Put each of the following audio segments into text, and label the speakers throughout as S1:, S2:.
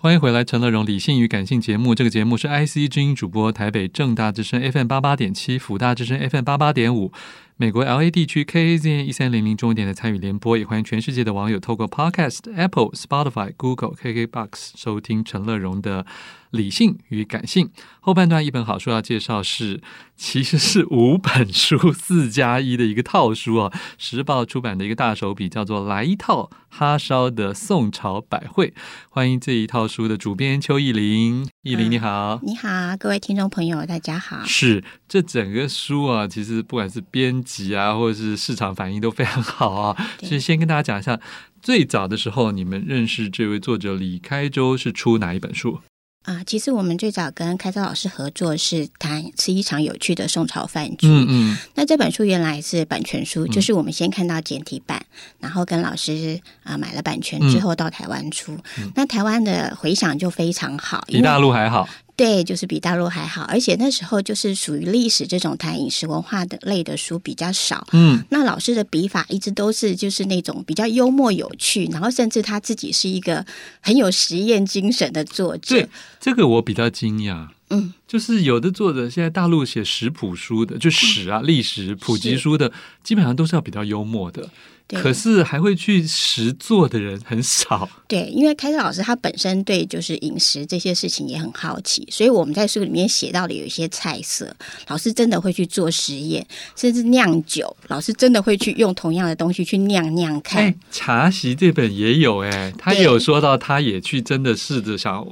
S1: 欢迎回来，《陈乐融理性与感性》节目。这个节目是 IC 之音主播，台北正大之声 FM 八八点七，辅大之声 FM 八八点五，美国 LA 地区 KAZN 一三零零中文点的参与联播。也欢迎全世界的网友透过 Podcast、Apple、Spotify、Google、KKBox 收听陈乐融的《理性与感性》。后半段一本好书要介绍是，其实是五本书四加一的一个套书啊，时报出版的一个大手笔，叫做《来一套哈烧的宋朝百会》。欢迎这一套书的主编邱意林，意林你好。
S2: 你好，各位听众朋友，大家好。
S1: 是，这整个书啊，其实不管是编辑啊，或者是市场反应都非常好啊。
S2: 对
S1: 所以先跟大家讲一下，最早的时候你们认识这位作者李开周是出哪一本书？
S2: 啊、其实我们最早跟开超老师合作是谈吃一场有趣的宋朝饭局。
S1: 嗯嗯，
S2: 那这本书原来是版权书，就是我们先看到简体版，然后跟老师啊、买了版
S1: 嗯
S2: 权之后到台湾出。那台湾的回响就非常好，
S1: 比
S2: 因为
S1: 大陆还好。
S2: 对，就是比大陆还好，而且那时候就是属于历史这种谈饮食文化的类的书比较少。
S1: 嗯，
S2: 那老师的笔法一直都是就是那种比较幽默有趣，然后甚至他自己是一个很有实验精神的作者
S1: 对。这个我比较惊讶。
S2: 嗯，
S1: 就是有的作者现在大陆写食谱书的，就史啊、历史普及
S2: 嗯是
S1: 书的，基本上都是要比较幽默的。
S2: 对
S1: 可是还会去实做的人很少。
S2: 对，因为开始老师他本身对就是饮食这些事情也很好奇，所以我们在书里面写到的有一些菜色，老师真的会去做实验，甚至酿酒，老师真的会去用同样的东西去酿酿看。
S1: 哎，茶席这本也有哎、他也有说到，他也去真的试着想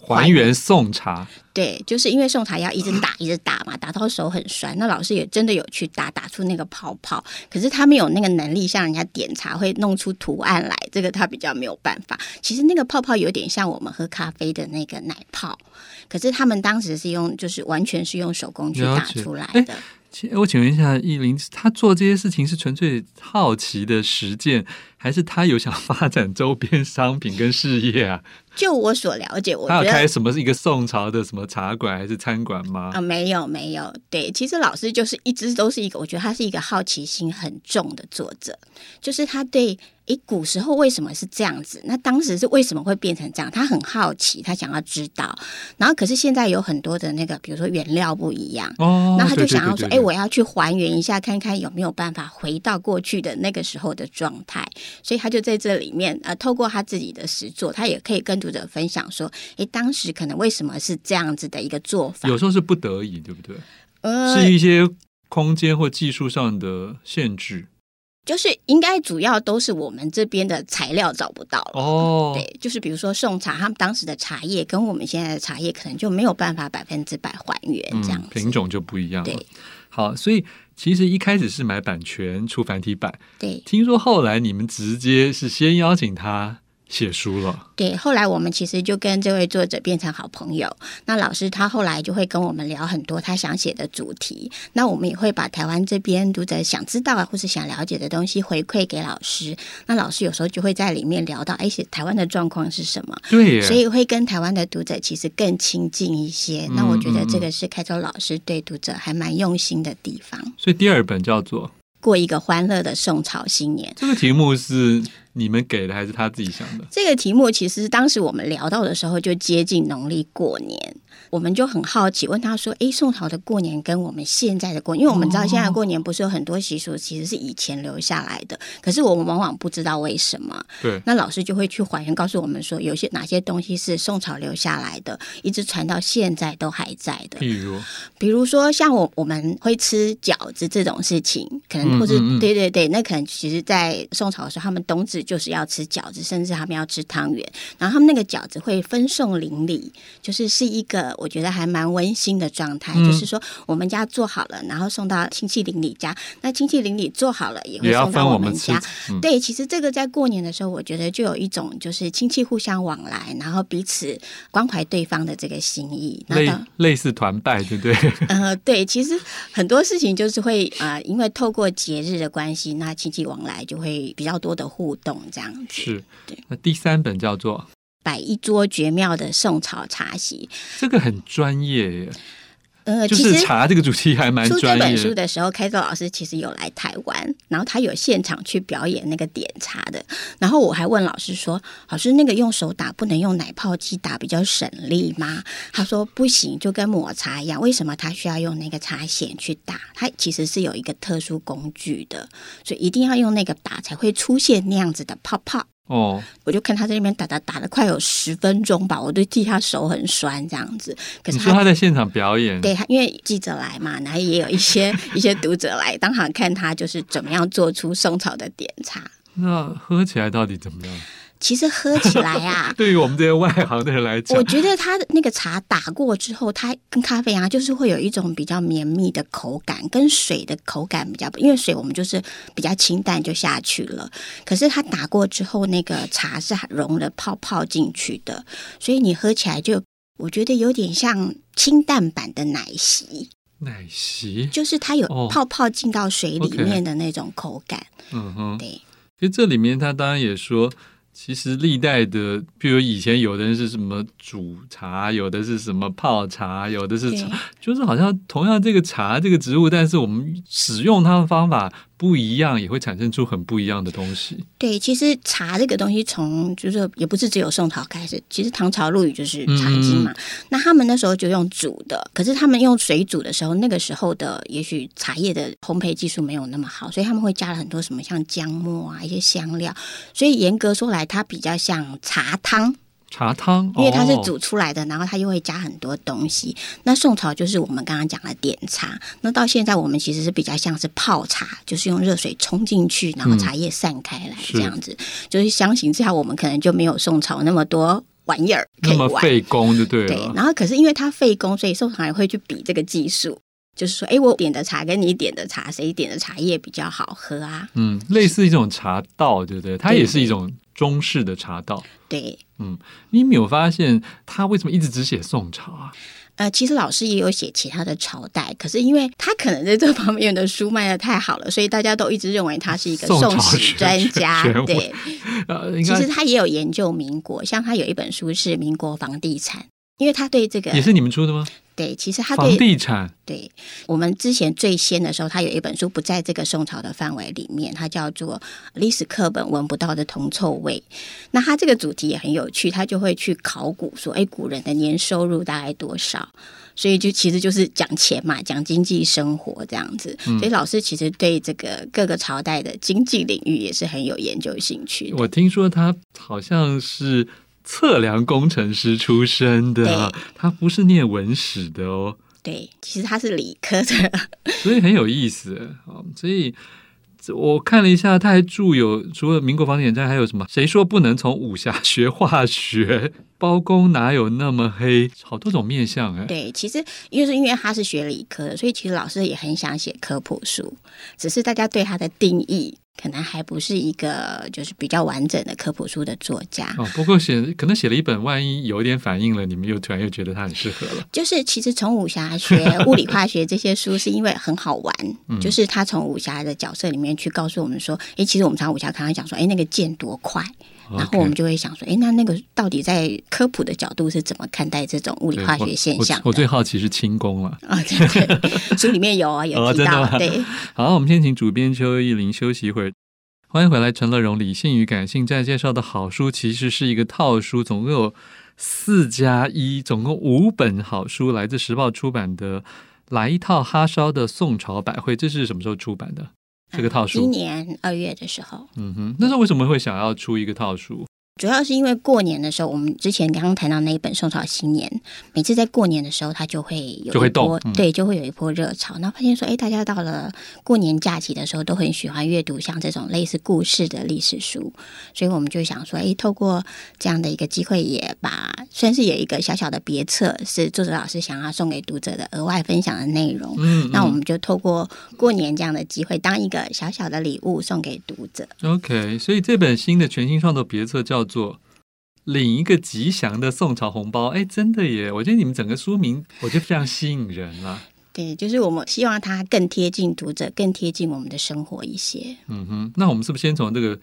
S1: 还原宋茶。
S2: 对，就是因为送茶要一
S1: 嗯
S2: 直打，一直打嘛，打到手很酸。那老师也真的有去打，打出那个泡泡，可是他没有那个能力像人家点茶会弄出图案来，这个他比较没有办法。其实那个泡泡有点像我们喝咖啡的那个奶泡，可是他们当时是用，就是完全是用手工去
S1: 了
S2: 打
S1: 解
S2: 出来
S1: 哎
S2: 的。
S1: 其我请问一下，意林，他做这些事情是纯粹好奇的实践，还是他有想发展周边商品跟事业啊？
S2: 就我所了解， 我
S1: 他有
S2: 觉得
S1: 开什么一个宋朝的什么茶馆还是餐馆吗
S2: 啊、？没有没有，对，其实老师就是一直都是一个，我觉得他是一个好奇心很重的作者，就是他对诶古时候为什么是这样子，那当时是为什么会变成这样，他很好奇，他想要知道。然后可是现在有很多的那个，比如说原料不一样。
S1: 哦，
S2: 那他就
S1: 对对
S2: 想要
S1: 对
S2: 说，
S1: 对
S2: 诶，
S1: 对
S2: 我要去还原一下，看看有没有办法回到过去的那个时候的状态。所以他就在这里面，呃，透过他自己的实作，他也可以跟读者分享说，诶，当时可能为什么是这样子的一个做法。
S1: 有时候是不得已，对不对？
S2: 呃
S1: 是一些空间或技术上的限制
S2: 就是应该主要都是我们这边的材料找不到了。
S1: 哦。
S2: 对，就是比如说送茶，他们当时的茶叶跟我们现在的茶叶可能就没有办法百分之百还原这
S1: 嗯
S2: 样子。，
S1: 品种就不一样了
S2: 对。
S1: 好，所以其实一开始是买版权出繁体版，
S2: 对
S1: 听说后来你们直接是先邀请他写书 了。
S2: 对，后来我们其实就跟这位作者变成好朋友。那老师他后来就会跟我们聊很多他想写的主题，那我们也会把台湾这边读者想知道啊或是想了解的东西回馈给老师。那老师有时候就会在里面聊到，哎，写台湾的状况是什么？
S1: 对耶，
S2: 所以会跟台湾的读者其实更亲近一些。那我觉得这个是开州老师对读者还蛮用心的地方。
S1: 所以第二本叫做
S2: 过一个欢乐的宋朝新年。
S1: 这个题目是你们给的还是他自己想的？
S2: 这个题目其实当时我们聊到的时候，就接近农历过年，我们就很好奇，问他说：“诶，宋朝的过年跟我们现在的过年，因为我们知道现在的过年不是有很多习俗其实是以前留下来的，可是我们往往不知道为什么。
S1: 对，
S2: 那老师就会去还原，告诉我们说，有些哪些东西是宋朝留下来的，一直传到现在都还在的。
S1: 譬如
S2: 比如说像我我们会吃饺子这种事情，可
S1: 嗯
S2: 能或是、
S1: 嗯嗯
S2: 对对对，那可能其实，在宋朝的时候，他们冬至就是要吃饺子，甚至他们要吃汤圆，然后他们那个饺子会分送邻里，就是是一个我觉得还蛮温馨的状态，
S1: 嗯
S2: 就是说我们家做好了，然后送到亲戚邻里家，那亲戚邻里做好了也会
S1: 也要
S2: 送
S1: 分
S2: 到我
S1: 们
S2: 们
S1: 吃
S2: 家，，
S1: 嗯，
S2: 对，其实这个在过年的时候，我觉得就有一种就是亲戚互相往来，然后彼此关怀对方的这个心意。那
S1: 类
S2: 当
S1: 类似团拜，对不 对？
S2: 呃，对，其实很多事情就是会啊、呃因为透过节日的关系，那亲戚往来就会比较多的互动，这样子。
S1: 是
S2: 对。
S1: 那第三本叫做
S2: 摆一桌绝妙的宋朝茶席，
S1: 这个很专业耶，
S2: 呃，
S1: 就
S2: 其
S1: 是
S2: 实
S1: 茶这个主题还蛮
S2: 出这
S1: 专
S2: 本
S1: 业
S2: 书的时候，开周老师其实有来台湾，然后他有现场去表演那个点茶的。然后我还问老师说：“老师，那个用手打不能用奶泡机打比较省力吗？”他说：“不行，就跟抹茶一样。为什么他需要用那个茶筅去打？它其实是有一个特殊工具的，所以一定要用那个打才会出现那样子的泡泡。”
S1: 哦。
S2: 我就看他在那边打打打了快有十分钟吧，我都替他手很酸这样子。可是
S1: 你
S2: 他
S1: 说他在现场表演，
S2: 对他，因为记者来嘛，然后也有一些一些读者来，当场看他就是怎么样做出宋朝的点茶。
S1: 那喝起来到底怎么样？，
S2: 其实喝起来啊
S1: 对于我们这些外行的人来讲
S2: 我，觉得它的那个茶打过之后，它跟咖啡啊，就是会有一种比较绵密的口感，跟水的口感比较不，因为水我们就是比较清淡就下去了。可是它打过之后，那个茶是融了泡泡进去的，所以你喝起来就我觉得有点像清淡版的奶昔。
S1: 奶昔，
S2: 就是它有
S1: 哦
S2: 泡泡进到水里
S1: OK
S2: 面的那种口感。
S1: 嗯哼，
S2: 对，
S1: 其实这里面他当然也说，其实历代的，譬如以前有的人是什么煮茶，有的是什么泡茶，有的是
S2: 对
S1: 茶，就是好像同样这个茶这个植物，但是我们使用它的方法不一样，也会产生出很不一样的东西。
S2: 对，其实茶这个东西从就是也不是只有宋朝开始，其实唐朝陆羽就是茶经嘛。
S1: 嗯
S2: 那他们那时候就用煮的，可是他们用水煮的时候，那个时候的也许茶叶的烘焙技术没有那么好，所以他们会加了很多什么像姜末啊一些香料，所以严格说来，它比较像茶汤。
S1: 茶汤，
S2: 因为它是
S1: 哦
S2: 煮出来的，然后它又会加很多东西。那宋朝就是我们刚刚讲的点茶，那到现在我们其实是比较像是泡茶，就是用热水冲进去，然后茶叶散开来、
S1: 嗯是
S2: 这样子。就是相形之下，我们可能就没有宋朝那么多玩意儿可
S1: 那
S2: 以
S1: 么
S2: 玩。
S1: 费工就对
S2: 对
S1: 了，。
S2: 然后可是因为它费工，所以宋朝也会去比这个技术。就是说，哎，我点的茶跟你点的茶，谁点的茶叶比较好喝啊？
S1: 嗯，类似一种茶道，对不对？它
S2: 对
S1: 也是一种中式的茶道。
S2: 对，
S1: 你有没有发现他为什么一直只写宋朝啊？
S2: 呃，其实老师也有写其他的朝代，可是因为他可能在这方面的书卖的太好了，所以大家都一直认为他是一个
S1: 宋朝
S2: 宋史
S1: 学
S2: 专家
S1: 学。问
S2: 对，
S1: 呃，应
S2: 其实
S1: 该
S2: 他也有研究民国，像他有一本书是《民国房地产》，因为他对这个
S1: 也是你们出的吗？
S2: 对，其实他
S1: 房
S2: 对
S1: 地产
S2: 对，我们之前最先的时候，他有一本书不在这个宋朝的范围里面，它叫做《历史课本闻不到的铜臭味》。那它这个主题也很有趣，他就会去考古说，哎，古人的年收入大概多少？所以就其实就是讲钱嘛，讲经济生活这样子。所以老师其实对这个各个朝代的经济领域也是很有研究兴趣的。
S1: 我听说他好像是测量工程师出身的啊，他不是念文史的哦，
S2: 对，其实他是理科的。
S1: 所以很有意思啊。所以这我看了一下，他还著有除了民国房地产之外，还有什么？谁说不能从武侠学化学？包公哪有那么黑？好多种面相哎。
S2: 对，其实因为是因为他是学理科的，所以其实老师也很想写科普书，只是大家对他的定义可能还不是一个就是比较完整的科普书的作家。
S1: 哦，不过写可能写了一本，万一有一点反应了，你们又突然又觉得他很适合了。
S2: 就是其实从武侠学、物理化学这些书，是因为很好玩，
S1: 嗯
S2: 就是他从武侠的角色里面去告诉我们说，诶，其实我们常武侠常常讲说，诶，那个剑多快，
S1: 哦
S2: 然后我们就会想说，诶，那那个到底在科普的角度是怎么看待这种物理
S1: 对
S2: 化
S1: 我
S2: 学现
S1: 我
S2: 象的？
S1: 我最好奇是轻功了。
S2: 啊、对对， 书里面有啊，
S1: 哦
S2: 有提
S1: 真的
S2: 到，
S1: 吗
S2: 对。
S1: 好，我们先请主编邱意林休息一会儿。欢迎回来，陈乐荣。理性与感性在介绍的好书其实是一个套书，总共有四加一，总共五本好书，来自时报出版的。来一套哈烧的宋朝百会，这是什么时候出版的？这个套
S2: 啊今
S1: 书，
S2: 年二月的时候，
S1: 嗯哼，那时候为什么会想要出一个套书？
S2: 主要是因为过年的时候，我们之前刚刚谈到那一本《宋朝新年》，每次在过年的时候，它就会有一波
S1: 就会动嗯
S2: 对，就会有一波热潮。然后发现说，哎，大家到了过年假期的时候，都很喜欢阅读像这种类似故事的历史书，所以我们就想说，哎，透过这样的一个机会，也把算是有一个小小的别册，是作者老师想要送给读者的额外分享的内容。
S1: 嗯，
S2: 那我们就透过过年这样的机会，当一个小小的礼物送给读者。
S1: 嗯 OK，所以这本新的全新创作别册叫做《领一个吉祥的宋朝红包》。哎，真的耶！我觉得你们整个书名，我觉得非常吸引人了。
S2: 对，就是我们希望它更贴近读者，更贴近我们的生活一些。
S1: 嗯哼，那我们是不是先从这个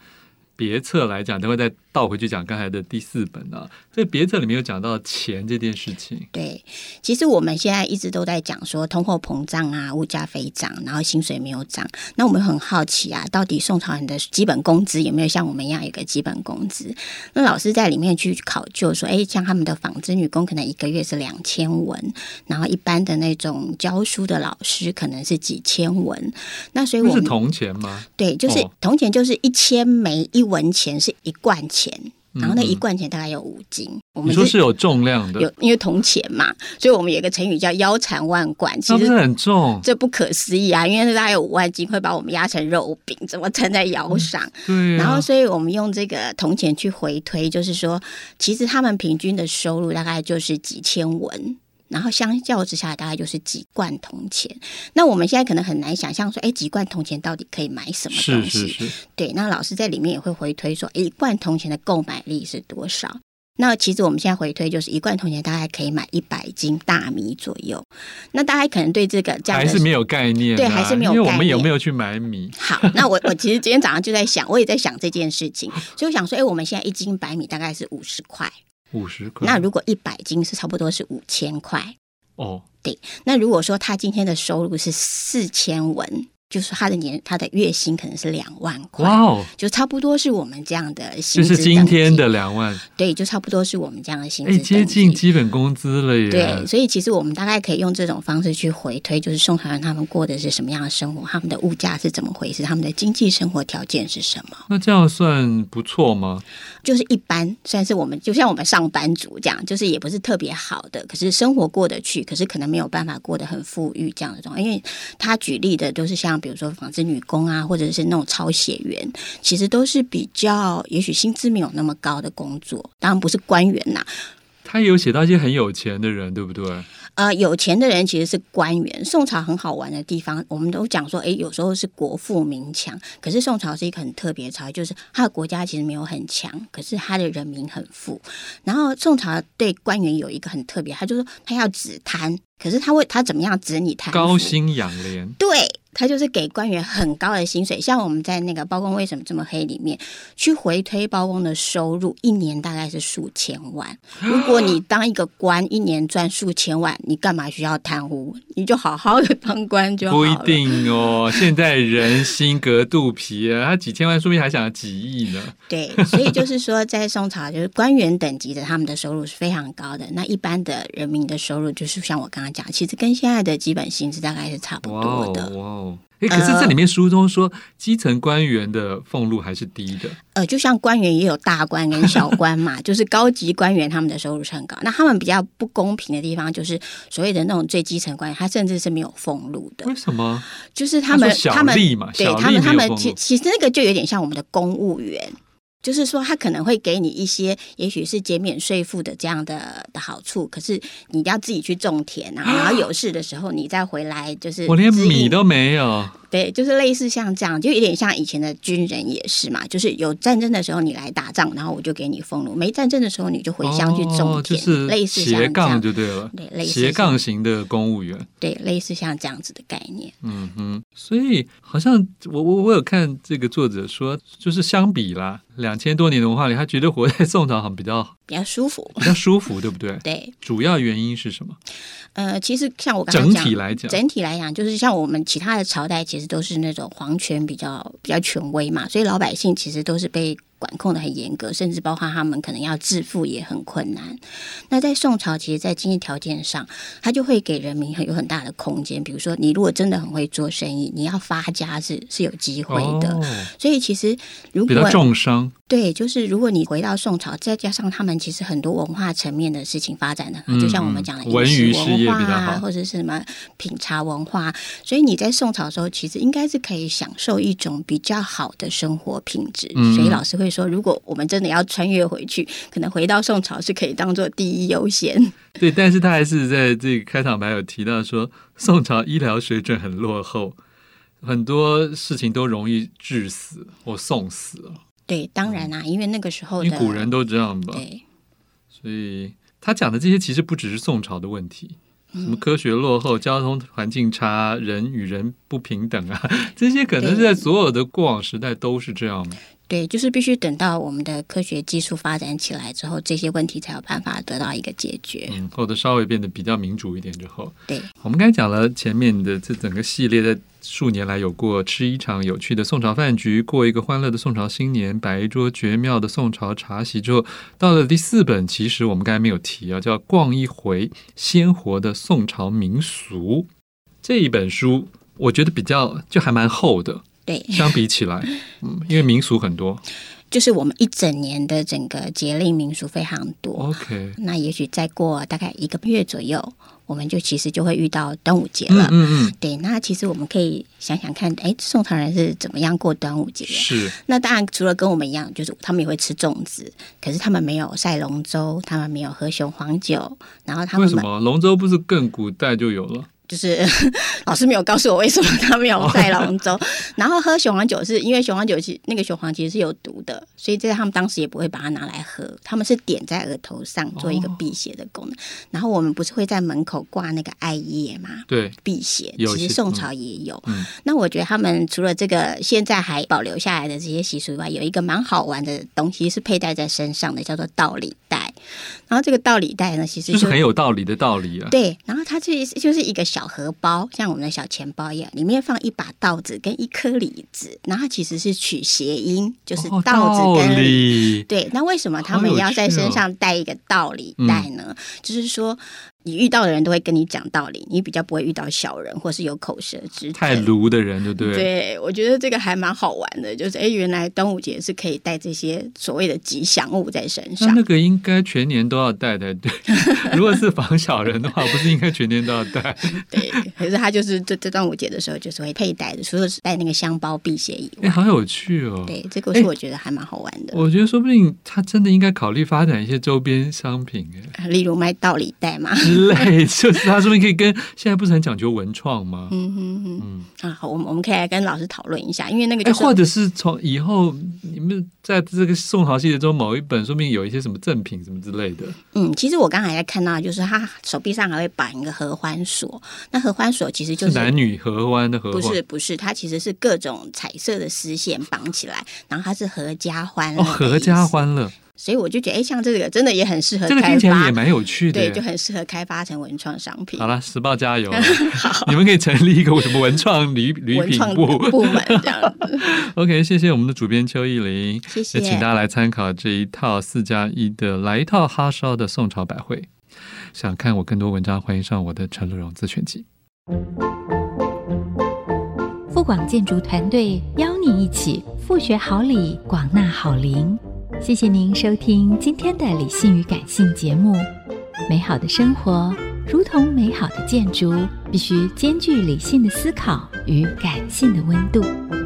S1: 别册来讲，等会再倒回去讲刚才的第四本啊。这别册里面有讲到钱这件事情，
S2: 对，其实我们现在一直都在讲说通货膨胀啊，物价飞涨，然后薪水没有涨。那我们很好奇啊，到底宋朝人的基本工资有没有像我们一样有一个基本工资？那老师在里面去考究说，哎，像他们的纺织女工可能一个月是两千文，然后一般的那种教书的老师可能是几千文。那所以
S1: 那
S2: 我
S1: 是
S2: 们
S1: 铜钱吗？
S2: 对，就是
S1: 哦
S2: 铜钱就是一千枚，一文钱是一贯钱。然后那
S1: 嗯
S2: 一贯钱大概有五斤，我
S1: 你
S2: 们
S1: 说
S2: 就是
S1: 有重量的，
S2: 有因为铜钱嘛，所以我们有一个成语叫腰缠万贯。
S1: 那
S2: 其
S1: 不是
S2: 实
S1: 很重？
S2: 这不可思议啊，因为大概有五万斤会把我们压成肉饼，怎么撑在腰上？
S1: 对、啊，
S2: 然后，所以我们用这个铜钱去回推，就是说，其实他们平均的收入大概就是几千文。然后相较之下，大概就是几罐铜钱。那我们现在可能很难想象说，哎，几罐铜钱到底可以买什么
S1: 是
S2: 东
S1: 是
S2: 西？
S1: 是，
S2: 对，那老师在里面也会回推说，诶一罐铜钱的购买力是多少？那其实我们现在回推就是一罐铜钱大概可以买一百斤大米左右。那大家可能对这个这样
S1: 还
S2: 的
S1: 是没有概念、啊，
S2: 对还是没有
S1: 因为我
S2: 概
S1: 们
S2: 念
S1: 有没有去买米？
S2: 好，那我我其实今天早上就在想，我也在想这件 事情，所以我想说，诶，哎我们现在一斤白米大概是五十块，
S1: 五十块，
S2: 那如果一百斤是差不多是五千块。
S1: 哦，
S2: 那如果说他今天的收入是四千文，就是他的年他的月薪可能是两万块，
S1: 哇哦，
S2: 就差不多是我们这样的薪
S1: 这
S2: 资
S1: 是今
S2: 等级
S1: 天的两万，
S2: 对，就差不多是我们这样的薪资
S1: 哎，
S2: 等级、
S1: 接近啊基本工资了耶。
S2: 对，所以其实我们大概可以用这种方式去回推，就是宋朝人他们过的是什么样的生活，他们的物价是怎么回事，他们的经济生活条件是什么，
S1: 那这样算不错吗？
S2: 就是一般算是我们就像我们上班族这样，就是也不是特别好的，可是生活过得去，可是可能没有办法过得很富裕这样的状况。因为他举例的都是像比如说纺织女工啊，或者是那种抄写员，其实都是比较也许薪资没有那么高的工作，当然不是官员呐、
S1: 他也有写到一些很有钱的人，对不对？
S2: 呃，有钱的人其实是官员。宋朝很好玩的地方，我们都讲说，诶，有时候是国富民强，可是宋朝是一个很特别的朝代，就是他的国家其实没有很强，可是他的人民很富。然后宋朝对官员有一个很特别，他就说他要止贪，可是他会他怎么样止你贪？
S1: 高。薪养廉，
S2: 对他就是给官员很高的薪水，像我们在那个包公为什么这么黑里面去回推包公的收入，一年大概是数千 万。如果你当一个官，一年赚数千万，你干嘛需要贪污？你就好好的当官就好
S1: 不一
S2: 了。
S1: 定哦。现在人心隔肚皮啊，他几千万，说不定还想几亿呢。
S2: 对，所以就是说，在宋朝，就是官员等级的他们的收入是非常高的。那一般的人民的收入，就是像我刚刚讲，其实跟现在的基本薪资大概是差不
S1: 哇
S2: 多
S1: 哦
S2: 的。呃
S1: 哇哦！哎，可是这里面书中说，基层官员的俸禄还是低的。
S2: 呃，就像官员也有大官跟小官嘛， 就是高级官员他们的收入是很高，那他们比较不公平的地方就是所谓的那种最基层官员，他甚至是没有俸禄的，
S1: 为什么？
S2: 就是他们
S1: 嗯说小
S2: 他们
S1: 吏嘛，
S2: 对
S1: 小
S2: 他
S1: 吏
S2: 们他
S1: 没有
S2: 们其
S1: 俸禄。
S2: 其实那个就有点像我们的公务员。就是说，他可能会给你一些，也许是减免税负的这样的的好处，可是你要自己去种田 啊，然后有事的时候你再回来，就是
S1: 我连
S2: 指引
S1: 米都没有，
S2: 对，就是类似像这样，就有点像以前的军人也是嘛，就是有战争的时候你来打仗，然后我就给你俸禄；没战争的时候你就回乡去种
S1: 哦就
S2: 田，
S1: 是
S2: 类似像
S1: 斜
S2: 这
S1: 杠
S2: 样，
S1: 就对了，
S2: 对，类似
S1: 斜
S2: 像
S1: 杠，型的公务员。
S2: 对，类似像这样子的概念。
S1: 嗯哼，所以好像我我我有看这个作者说，就是相比啦，两千多年的文化里，他觉得活在宋朝很比较
S2: 比较舒服，
S1: 比较舒服，对不对？
S2: 对，
S1: 主要原因是什么？
S2: 呃，其实像我刚
S1: 整
S2: 刚讲
S1: 体，来讲，
S2: 整体来讲，就是像我们其他的朝代，其实都是那种皇权比较比较权威嘛，所以老百姓其实都是被管控的很严格，甚至包括他们可能要致富也很困难。那在宋朝，其实，在经济条件上，它就会给人民很有很大的空间。比如说，你如果真的很会做生意，你要发家是是有机会的。
S1: 哦、
S2: 所以，其实如
S1: 比较
S2: 果
S1: 重商，
S2: 对，就是如果你回到宋朝，再加上他们其实很多文化层面的事情发展的很
S1: 嗯
S2: 好，就像我们讲的
S1: 嗯文
S2: 饮食
S1: 娱事业
S2: 文化
S1: 比较好
S2: 啊，或者是什么品茶文化，所以你在宋朝的时候，其实应该是可以享受一种比较好的生活品质。
S1: 嗯
S2: 所以老师会说，如果我们真的要穿越回去，可能回到宋朝是可以当做第一优先。
S1: 对，但是他还是在这个开场白有提到说，宋朝医疗水准很落后，很多事情都容易致死或送死
S2: 哦
S1: 了，
S2: 对，当然啊啦、因为那个时候
S1: 因
S2: 的
S1: 为古人都这样吧。
S2: 对。
S1: 所以他讲的这些其实不只是宋朝的问题，什么科学落后、交通环境差、 人与人不平等啊，这些可能是在所有的过往时代都是这样的。
S2: 对，就是必须等到我们的科学技术发展起来之后，这些问题才有办法得到一个解决。
S1: 嗯，或者稍微变得比较民主一点之后，
S2: 对，
S1: 我们刚才讲了前面的这整个系列，在数年来有过吃一场有趣的宋朝饭局，过一个欢乐的宋朝新年，摆一桌绝妙的宋朝茶席之后，到了第四本，其实我们刚才没有提啊，叫《逛一回鲜活的宋朝民俗》这一本书，我觉得比较就还蛮厚的，
S2: 对，
S1: 相比起 来，嗯，因为民俗很多。
S2: 就是我们一整年的整个节令民俗非常多。
S1: OK，
S2: 那也许再过大概一个月左右，我们就其实就会遇到端午节
S1: 嗯
S2: 了。
S1: 嗯 嗯，
S2: 对，那其实我们可以想想看，哎，宋朝人是怎么样过端午节的？
S1: 是
S2: 那当然，除了跟我们一样，就是他们也会吃粽子，可是他们没有赛龙舟，他们没有喝雄黄酒，然后他
S1: 为
S2: 们
S1: 什么龙舟不是更古代就有了？
S2: 就是老师没有告诉我为什么他没有赛龙舟，
S1: 哦
S2: 然后喝雄黄酒是因为雄黄酒其那个雄黄其实是有毒的，所以在他们当时也不会把它拿来喝，他们是点在额头上做一个
S1: 哦
S2: 辟邪的功能。然后我们不是会在门口挂那个艾叶吗？
S1: 对，
S2: 辟邪，
S1: 有
S2: 其
S1: 些
S2: 实宋朝也有。
S1: 嗯
S2: 那我觉得他们除了这个现在还保留下来的这些习俗以外，有一个蛮好玩的东西是佩戴在身上的，叫做道理带。然后这个道理带呢，其实
S1: 就是很有道理的道理啊。
S2: 对，然后它这就是一个小荷包，像我们的小钱包一样，里面放一把稻子跟一颗李子，然后它其实是取谐音，就是
S1: 哦
S2: 稻子
S1: 道
S2: 跟李
S1: 理
S2: 对，那为什么他
S1: 好
S2: 们
S1: 有
S2: 要在
S1: 趣
S2: 身
S1: 哦
S2: 上带一个道理带呢？就是说，你遇到的人都会跟你讲道理，你比较不会遇到小人或是有口舌之
S1: 太
S2: 争。
S1: 鲁的人，对不对？
S2: 对，我觉得这个还蛮好玩的，就是哎，诶原来端午节是可以带这些所谓的吉祥物在身
S1: 那
S2: 上
S1: 那。个应该全年都要带才对。 如果是防小人的话，不是应该全年都要 带？
S2: 对，可是他就是这这端午节的时候，就是会佩戴的，除了是带那个香包辟邪以
S1: 哎、
S2: 外，
S1: 好有趣哦！
S2: 对，这个
S1: 哎
S2: 是我觉得还蛮好玩的。
S1: 我觉得说不定他真的应该考虑发展一些周边商品，哎
S2: 啊例如卖道理 带嘛，
S1: 之类，就是他说不定可以跟现在不是很讲究文创吗？
S2: 嗯哼哼，
S1: 嗯，
S2: 啊，好，我们我们可以来跟老师讨论一下，因为那个
S1: 哎、
S2: 就是
S1: 或者是从以后你们在这个宋朝系列中某一本，说不定有一些什么赠品什么之类的。
S2: 嗯，其实我刚才在看到，就是他手臂上还会绑一个合欢锁。那合欢锁其实就是
S1: 是男女合欢的合
S2: 不
S1: 欢，
S2: 是不是，它其实是各种彩色的丝线绑起来，然后它是合家欢乐
S1: 哦，
S2: 的
S1: 合
S2: 意
S1: 家
S2: 思。
S1: 欢乐，
S2: 所以我就觉得，哎，像这个真的也很适合
S1: 这个
S2: 开
S1: 听起来也
S2: 发，
S1: 蛮有趣的耶。
S2: 对，就很适合开发成文创商品
S1: 好。了，时报加 油！啊你们可以成立一个什么文创旅旅
S2: 文
S1: 品
S2: 创
S1: 部。
S2: 部门这样子，
S1: OK，谢谢我们的主编邱意玲，
S2: 谢
S1: 也
S2: 谢，
S1: 请大家来参考这一套四加一的来一套哈烧的宋朝百会。想看我更多文章，欢迎上我的陈乐融自选集。
S3: 富广建筑团队邀你一起复学好礼，广纳好邻。谢谢您收听今天的理性与感性节目。美好的生活如同美好的建筑，必须兼具理性的思考与感性的温度。